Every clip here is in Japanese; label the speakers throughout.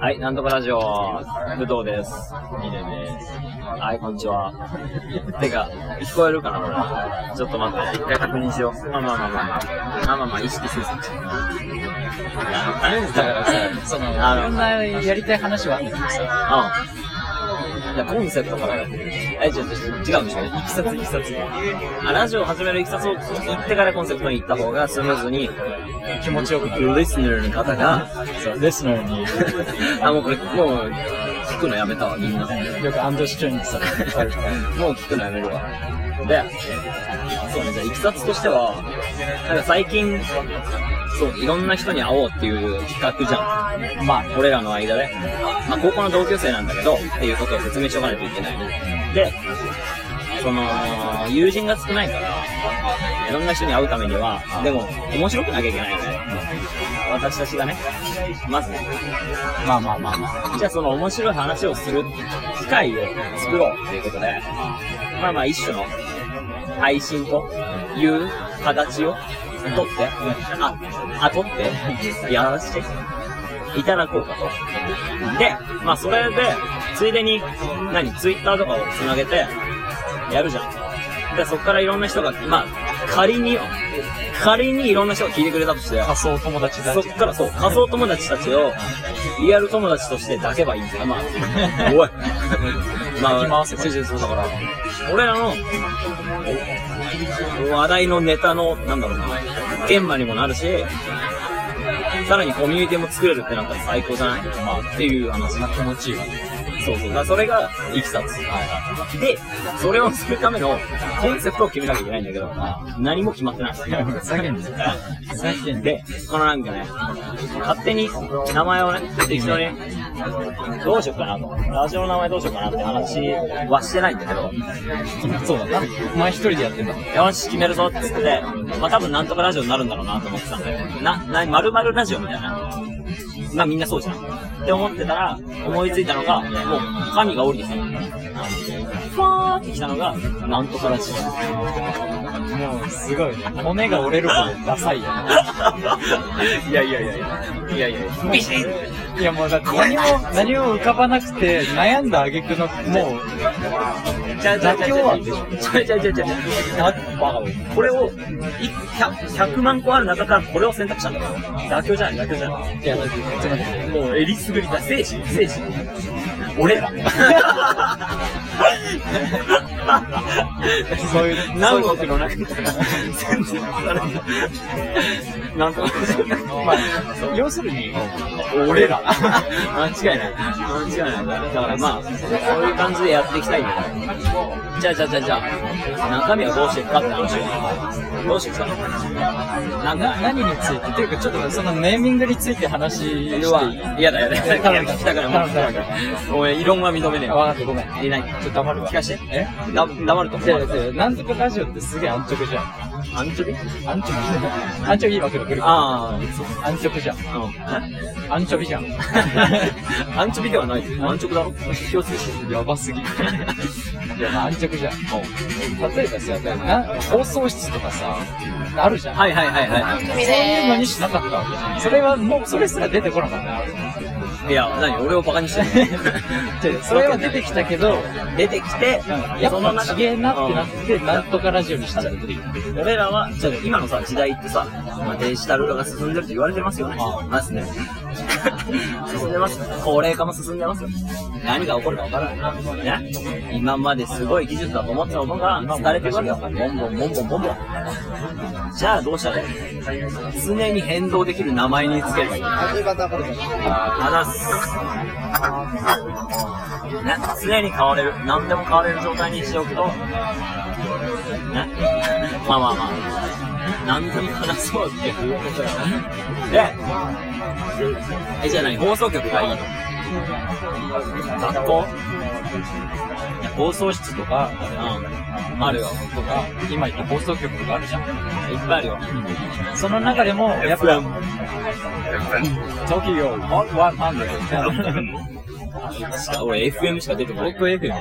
Speaker 1: はい、なんとかラジオ、武藤です。ミレです。はい、こんにちは。てか、聞こえるかなこれ。ちょっと待って、一回確認しよう。まあまあまあまあまあ。まあまあまあ、意識せず。あれですだからさ、
Speaker 2: その、い
Speaker 1: あの
Speaker 2: ろんなやりたい話はあるんだけどさ、
Speaker 1: うん。いや、コンセプトからやってる。え、違う違う、違うんでしょいきさつ、いきさつ。あ、ラジオを始めるいきさつを聞いてからコンセプトに行った方がスムーズに、
Speaker 2: 気持ちよくなる。
Speaker 1: リスナーの方が、
Speaker 2: そう、レスナーに、
Speaker 1: あ、もうこれ、もう、聞くのやめたわ、みんな。
Speaker 2: よくアンドシュチュンにさ、
Speaker 1: もう聞くのやめるわ。で、そうね、じゃあ、いきさつとしては、なんか最近、そう、いろんな人に会おうっていう企画じゃ
Speaker 2: まあ、
Speaker 1: ん。俺らの間で。まあ、高校の同級生なんだけど、っていうことを説明しとかないといけない。で、その、友人が少ないから、いろんな人に会うためには、でも、面白くなきゃいけないよね。私たちがね、まずね。
Speaker 2: まあまあまあまあ。
Speaker 1: じゃあその面白い話をする機会を作ろうということで、まあまあ一種の配信という形を取って、あ、あ、取って、やらせていただこうかと。で、まあそれで、ついでに、何、ツイッターとかをつなげて、やるじゃん。で、そこからいろんな人が、まあ、仮によ、仮にいろんな人が聞いてくれたとして、
Speaker 2: 仮想友達だ
Speaker 1: そっからそう、仮想友達たちを、リアル友達として抱けばいいんだよ。まあ、おい。ま
Speaker 2: 抱き
Speaker 1: あ、
Speaker 2: 回
Speaker 1: そう
Speaker 2: せば
Speaker 1: そ
Speaker 2: いう
Speaker 1: そうだから、俺らの、話題のネタの、なんだろうな、現場にもなるし、さらにコミュニティも作れるってなったら最高じゃないまあ、っていう話。
Speaker 2: な気持ちいいわね。
Speaker 1: そうそう。だからそれが、いきさつ。で、それをするためのコンセプトを決めなきゃいけないんだけど、何も決まってない。
Speaker 2: ふざけんなよ。ふざけんなよ。
Speaker 1: で、このなんかね、勝手に名前をね、適当に、どうしようかなと。ラジオの名前どうしようかなって話はしてないんだけど、
Speaker 2: そうだな。お前一人でやってんだ。
Speaker 1: よし、決めるぞって言って、まあ多分なんとかラジオになるんだろうなと思ってたんだよ。な、な、まるまるラジオみたいな。まあみんなそうじゃん。って思ってたら、思いついたのが、もう神が降りてきたの。ふわーってきたのが、なんとかラジオ。
Speaker 2: もう、すごいね。骨が折れるほどダサいよね。
Speaker 1: いやいやいやいや。いやいやビシッ
Speaker 2: いやもうだって何も、何も浮かばなくて、悩んだ挙句の、もう、
Speaker 1: じゃじゃじゃじゃじゃじゃじゃじゃこれをい 100, 100万個ある中からこれを選択したんだよ妥協じゃない妥協じゃない
Speaker 2: いや、だって、ちょっと待って。
Speaker 1: もうえりすぐりだ精神精神俺 ら
Speaker 2: そういう、
Speaker 1: 何
Speaker 2: そういう
Speaker 1: 億の中から全然わからないなんとか
Speaker 2: まあ、要するに、俺 ら。
Speaker 1: 間違いない間違いないだからまあそういう感じでやっていきたいんだよじゃあじゃあじゃあじゃあ中身はどうしていくかって話をどうしていくかなんか
Speaker 2: 何についてっていうかちょっとそのネーミングについて話していい
Speaker 1: 俺は、嫌だ嫌だ。
Speaker 2: 頼む
Speaker 1: 聞きたくない。もう、お前、異論は認めねえ
Speaker 2: あ
Speaker 1: わ。
Speaker 2: 分かったごめん
Speaker 1: いない。
Speaker 2: ちょっと黙るわ
Speaker 1: 聞かして。
Speaker 2: え
Speaker 1: だ、黙ると思
Speaker 2: じゃあ
Speaker 1: う。
Speaker 2: じゃあなんとかラジオってすげえ安直じゃん
Speaker 1: アンチョビ
Speaker 2: 安直じゃん安直いいわけだ来る
Speaker 1: あ
Speaker 2: 安直じゃん
Speaker 1: あ、う
Speaker 2: 安直じゃん
Speaker 1: ん。アンチョビではないよ。アンチョクだろ気をつけて。
Speaker 2: やば すぎいやまあ安直じゃん例えばさな放送室とかさあるじゃん
Speaker 1: はいはいはいは
Speaker 2: そういうのにしなかったわけじゃんそれはもうそれすら出てこなかった
Speaker 1: い。いや、何俺をバカにしてる
Speaker 2: じゃあそれは出てきたけど
Speaker 1: 出てきて、
Speaker 2: やっぱちげえなってなってなんとかラジオにしたんだけど
Speaker 1: 俺らは、ちょっと今のさ、時代ってさ、まあ、デジタル化が進んでると言われてますよね。
Speaker 2: ああ
Speaker 1: ますね。 進んでます。高齢化も進んでますよ。何が起こるか分からない。ね。今まですごい技術だと思ってたものが、疲れてくるよ。ボンボンボンボンボンボン。じゃあどうしたらいい常に変動できる名前につける。話す。ね、常に変われる。何でも変われる状態にしておくと、ね、まあまあまあ、何でも話そうっていうことだね。で、え、じゃあ何放送局がいいの学校いや放送室とか、うん、あるよ。
Speaker 2: とか今言った放送局とかあるじゃん
Speaker 1: いっぱいあるよ。
Speaker 2: その中でも、やっぱ、
Speaker 1: も。
Speaker 2: 東京 Hot 100
Speaker 1: 確か俺 FM しか出てこない。
Speaker 2: 僕 FM。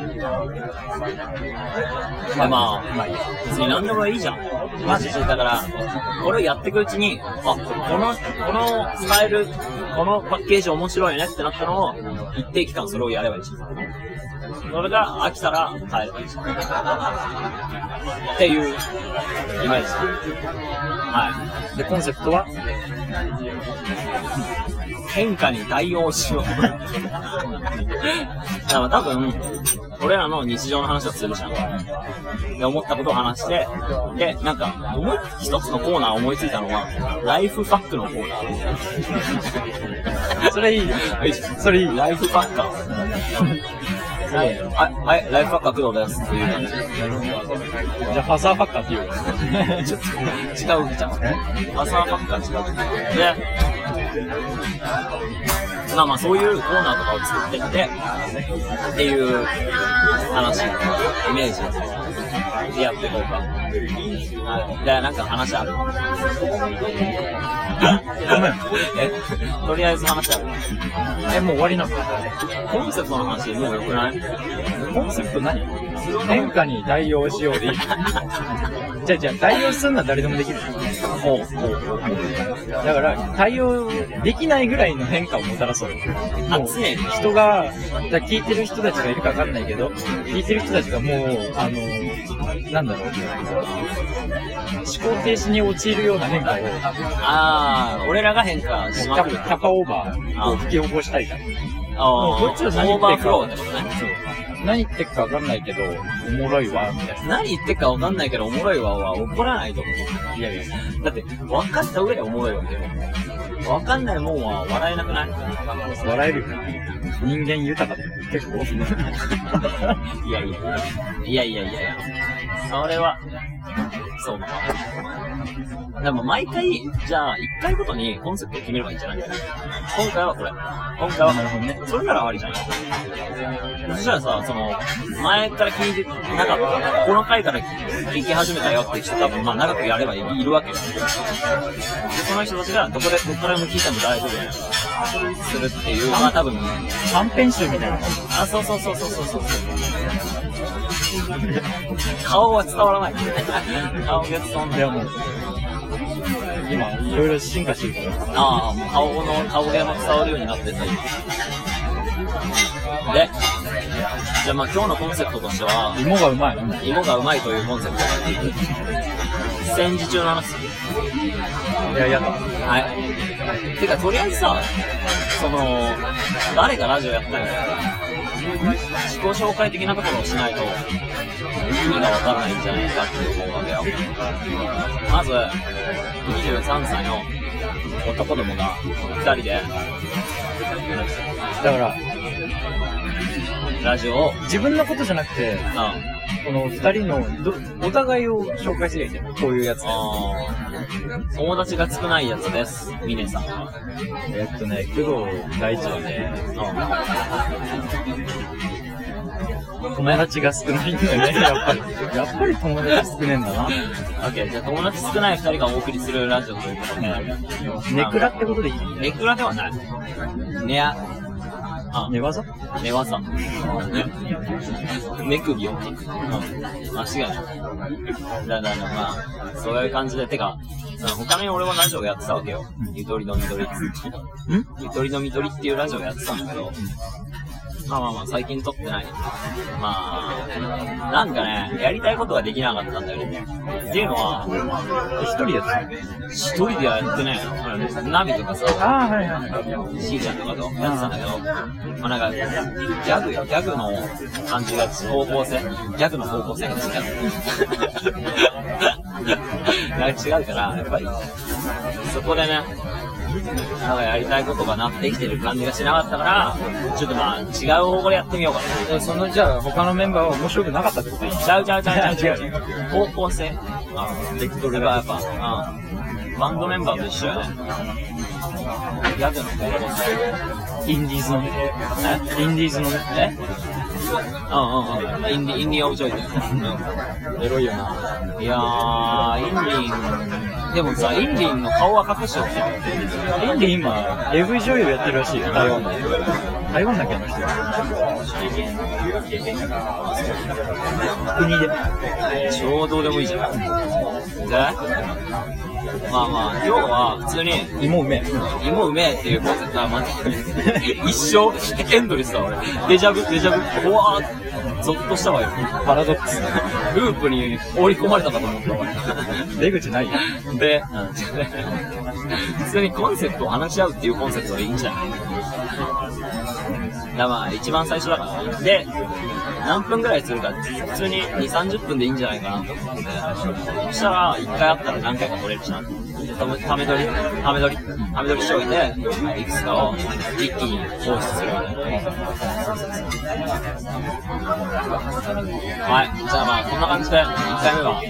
Speaker 1: まあ、まあ、別に何でもいいじゃん。マジで。だから、これをやっていくうちに、あ、この、このスタイル、このパッケージ面白いねってなったのを、一定期間それをやればいいじゃん。それが飽きたら変えればいいじゃん。っていうイメージ。は。
Speaker 2: で、コンセプトはい
Speaker 1: 変化に対応しよう。だ から多分、俺らの日常の話をするじゃん。で、思ったことを話して、で、なんか、思い、一つのコーナー思いついたのは、ライフファックのコーナ
Speaker 2: それいいよ。
Speaker 1: ー。
Speaker 2: それいいよ。
Speaker 1: ライフファッカー。はい、はい、ライフファッカー工藤ですっていう感じ。
Speaker 2: じゃあ、ファサーファッカーって言うよ。
Speaker 1: ちょっと違うじゃん。パサーファッカー違う。で、まあまあそういうコーナーとかを作ってって、っていう話、イメージでやっていこうか。はいで、なんか話あるえ、とりあえず話ある。
Speaker 2: え、もう終わりなの
Speaker 1: コンセプトの話もう良くない
Speaker 2: コンセプト何変化に代用しようでいい。じゃあ、じゃあ、代用するのは誰でもできる。
Speaker 1: ほう、ほう、ほう。
Speaker 2: だから、対応できないぐらいの変化をもたらそう。
Speaker 1: あ、
Speaker 2: もう
Speaker 1: 常に。
Speaker 2: 人が、だ聞いてる人たちがいるかわかんないけど、聞いてる人たちがもう、あの、なんだろう、思考停止に陥るような変化を、
Speaker 1: あー、俺らが変化し
Speaker 2: キ
Speaker 1: まく
Speaker 2: ャ
Speaker 1: る。
Speaker 2: キャパオーバーを吹き起こしたいから。
Speaker 1: あ
Speaker 2: もうこいつら何言
Speaker 1: オ
Speaker 2: っ
Speaker 1: ーバ
Speaker 2: て
Speaker 1: ー
Speaker 2: る
Speaker 1: フ
Speaker 2: か
Speaker 1: ローだよね。
Speaker 2: そう何言ってるかわかんないけど、おもろいわ、みたい
Speaker 1: 何言ってっか分かんないけど、おもろいわは怒らないと思
Speaker 2: な。いやいや、
Speaker 1: う。だって、分かった上でおもろいわけよ。分かんないもんは笑えなくない
Speaker 2: 笑えるよ。人間豊かだよ。結構。
Speaker 1: いやいやいや。いやいやいやいや。それは、そうか。でも毎回、じゃあ、一回ごとにコンセプトを決めればいいんじゃない今回はこれ。今回はこれ。それならありじゃないそしたらさ、その、前から聞いて、なかった、この回から聞き始めたよって人多分、まあ長くやればいるわけよ。でその人たちが、どこで、どこからでも聞いても大丈夫やするっていう、まあ多分、
Speaker 2: 短編集みたいな。
Speaker 1: あ、そうそうそうそうそうそう。顔は伝わらない。顔が伝わら
Speaker 2: で
Speaker 1: ない。
Speaker 2: も、今、いろいろ進化してるから。
Speaker 1: ああ、もう顔の、顔が伝わるようになってた今。で、じゃあまあ今日のコンセプトとしては、
Speaker 2: 芋がうまい。
Speaker 1: 芋がうまいというコンセプト。戦時中の話。
Speaker 2: いや、やだ。
Speaker 1: はい。てか、とりあえずさ、その、誰がラジオやったの自己紹介的なところをしないと、意味がわからないんじゃないかって思うわけよ。まず、23歳の男どもが2人で
Speaker 2: だから、
Speaker 1: ラジオを、
Speaker 2: 自分のことじゃなくて、
Speaker 1: あ
Speaker 2: この二人のど、お互いを紹介すりゃいいじゃん。こういうやつ。
Speaker 1: あー友達が少ないやつです、ミネさんは。
Speaker 2: えっとね、工藤大地はね、
Speaker 1: あ
Speaker 2: 友達が少ないんだよね、やっぱり。やっぱり友達少ねえんだな。
Speaker 1: ーオッケー、じゃあ友達少ない2人がお送りするラジオということで。
Speaker 2: ネクラってことでいい
Speaker 1: ネクラではない。ネア、あ、
Speaker 2: 寝技
Speaker 1: 寝技。ね、首を切く。うん。間違いない。だから、まあ、そういう感じで、てか、その他に俺もラジオやってたわけよ。ゆとりのみどりっつって。
Speaker 2: ん
Speaker 1: ゆとりのみどりっていうラジオやってたんだけど、まあまあまあ、最近撮ってない。まあ、なんかね、やりたいことができなかったんだよね。っていうのは、
Speaker 2: 一人やつ
Speaker 1: 一人でやってね、あのナビとかさ、
Speaker 2: ああ、はいはいはい。
Speaker 1: しーちゃんとかとやってたんだけど、まあなんか、ギャグ、ギャグの感じが方向性、ギャグの方向性が違う。なんか違うから、やっぱり、そこでね、なんかやりたいことがなってきてる感じがしなかったから、ちょっとまあ違う方向でやってみようかな。
Speaker 2: えその、じゃあ、他のメンバーは面白くなかったってことでいい
Speaker 1: ちゃうちゃうちゃうちゃう
Speaker 2: 違
Speaker 1: 違
Speaker 2: う
Speaker 1: う。方向性。うん。ベクトルがやっぱ、うん。バンドメンバーと一緒やね。ギャグの方向性。
Speaker 2: インディーズのね。
Speaker 1: え
Speaker 2: インディーズのね。
Speaker 1: えうんうんうん。インディ、インディアンオブジョイズ。
Speaker 2: エロいよな。
Speaker 1: うん。いやー、インディン、でもさ、インディンの顔は隠してほしい。
Speaker 2: インディ今、AV 女優やってるらしいよ、台湾で。台湾だっけあの人。国で。
Speaker 1: ちょうどでもいいじゃん。で、まあまあ、今日は普通に、
Speaker 2: 芋うめえ。
Speaker 1: 芋うめえっていうコンセプトはまた、一生、エンドレスだ俺。デジャブ、デジャブ、怖わーゾッとしたわよ。
Speaker 2: パラドックス。
Speaker 1: ループに放り込まれたかと思ったわ
Speaker 2: 出口ないよ。
Speaker 1: で、普通にコンセプトを話し合うっていうコンセプトでいいんじゃないだからまあ、一番最初だから。で、何分ぐらいするかって、普通に2、30分でいいんじゃないかなと思って。そしたら、1回あったら何回か取れるじゃん。でためため取り、ため取り、ため取りしておいて、いくつかを一気に放出するみたいな。はい。じゃあまあ、こんな感じで、1回目は、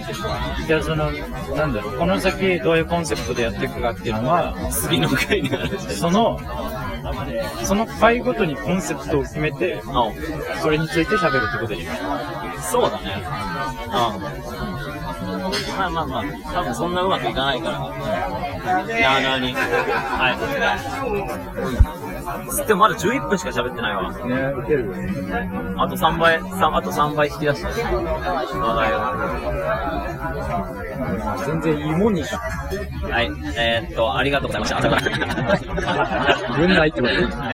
Speaker 2: じゃあその、なんだろう、この先どういうコンセプトでやっていくかっていうのは、
Speaker 1: 次の回になる。
Speaker 2: その、その回ごとにコンセプトを決めて、
Speaker 1: あ
Speaker 2: それについて喋るってことでいいの
Speaker 1: そうだね。うん。まあまあまあ、多分そんなうまくいかないから。なあなあに。はい。つってもまだ11分しか喋ってないわ。
Speaker 2: ね、受けるよね。
Speaker 1: あと3倍、さあと3倍引き出した。話題を
Speaker 2: 全然芋にし
Speaker 1: はい。えー、っと、ありがとうございました。
Speaker 2: ぶんないってこと